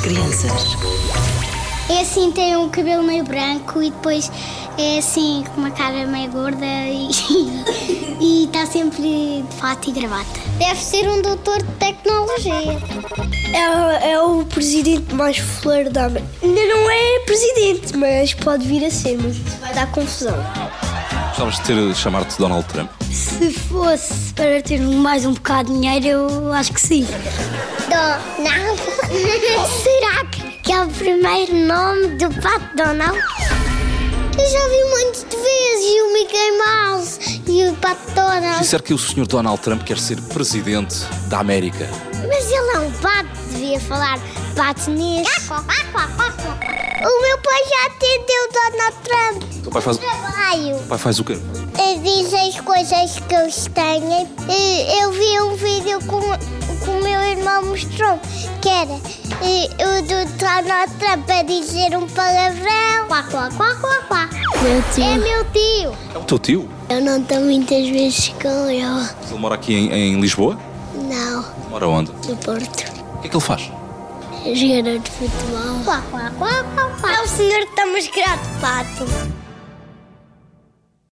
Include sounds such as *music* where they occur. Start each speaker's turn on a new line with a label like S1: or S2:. S1: crianças.
S2: É assim, tem um cabelo meio branco e depois é assim, com uma cara meio gorda *laughs* e está sempre de fato e gravata. Deve ser um doutor de tecnologia.
S3: É, é o presidente mais fuleiro da América. Ainda não é presidente, mas pode vir a ser, mas isso vai dar confusão.
S4: Gostavas de ter eh, chamar-te Donald Trump?
S5: Se fosse para ter mais um bocado de dinheiro, eu acho que sim.
S2: Donald. *laughs* Será que é o primeiro nome do pato Donald? Eu já vi um monte de vezes e o Mickey Mouse e o pato Donald.
S4: Disser que o senhor Donald Trump quer ser presidente da América.
S2: Mas ele é um pato, devia falar pato nisso. O meu pai já atendeu o Donald Trump.
S4: então O pai faz, o
S2: Trabalho.
S4: pai faz o quê?
S2: Eu vi as coisas que eu tenho. E Eu vi um vídeo com que o meu irmão mostrou, que era e, o do Donald Trump a dizer um palavrão. Quá, quá, quá, quá, quá.
S5: Meu
S2: É meu tio.
S4: É o teu tio?
S2: Eu não estou muitas vezes com ele.
S4: Ele mora aqui em, em Lisboa?
S2: Não,
S4: Mora onde?
S2: do Porto.
S4: O que é que ele faz?
S2: Jogador de futebol. Quá, quá, quá, quá, quá.
S5: É o senhor que está mascarado de pato.